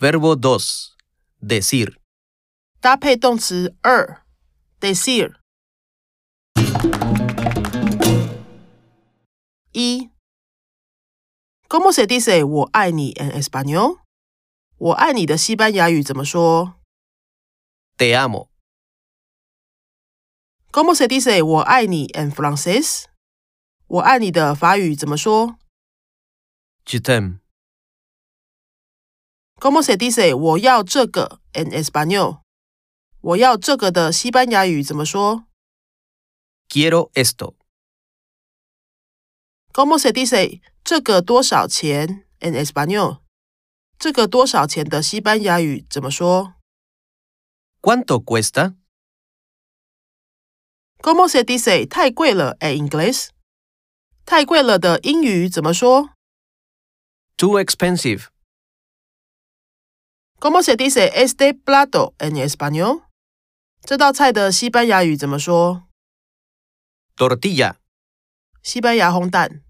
Verbo 2. Decir. 搭配动词二 decir。一，¿Cómo se dice 我爱你 en español？我爱你的西班牙语怎么说 Te amo. ？¿Cómo se dice 我爱你 en francés？我爱你的法语怎么说 Je t'aime. ？¿Cómo se dice 我要这个 en español？我要这个的西班牙语怎么说 Quiero esto. ？¿Cómo se dice 这个多少钱 en español？这个多少钱的西班牙语怎么说？ ¿Cuánto cuesta? ¿Cómo se dice 太贵了 en inglés？太贵了的英语怎么说 Too expensive. ？¿Cómo se dice este plato en español？这道菜的西班牙语怎么说？ Tortilla. 西班牙烘蛋。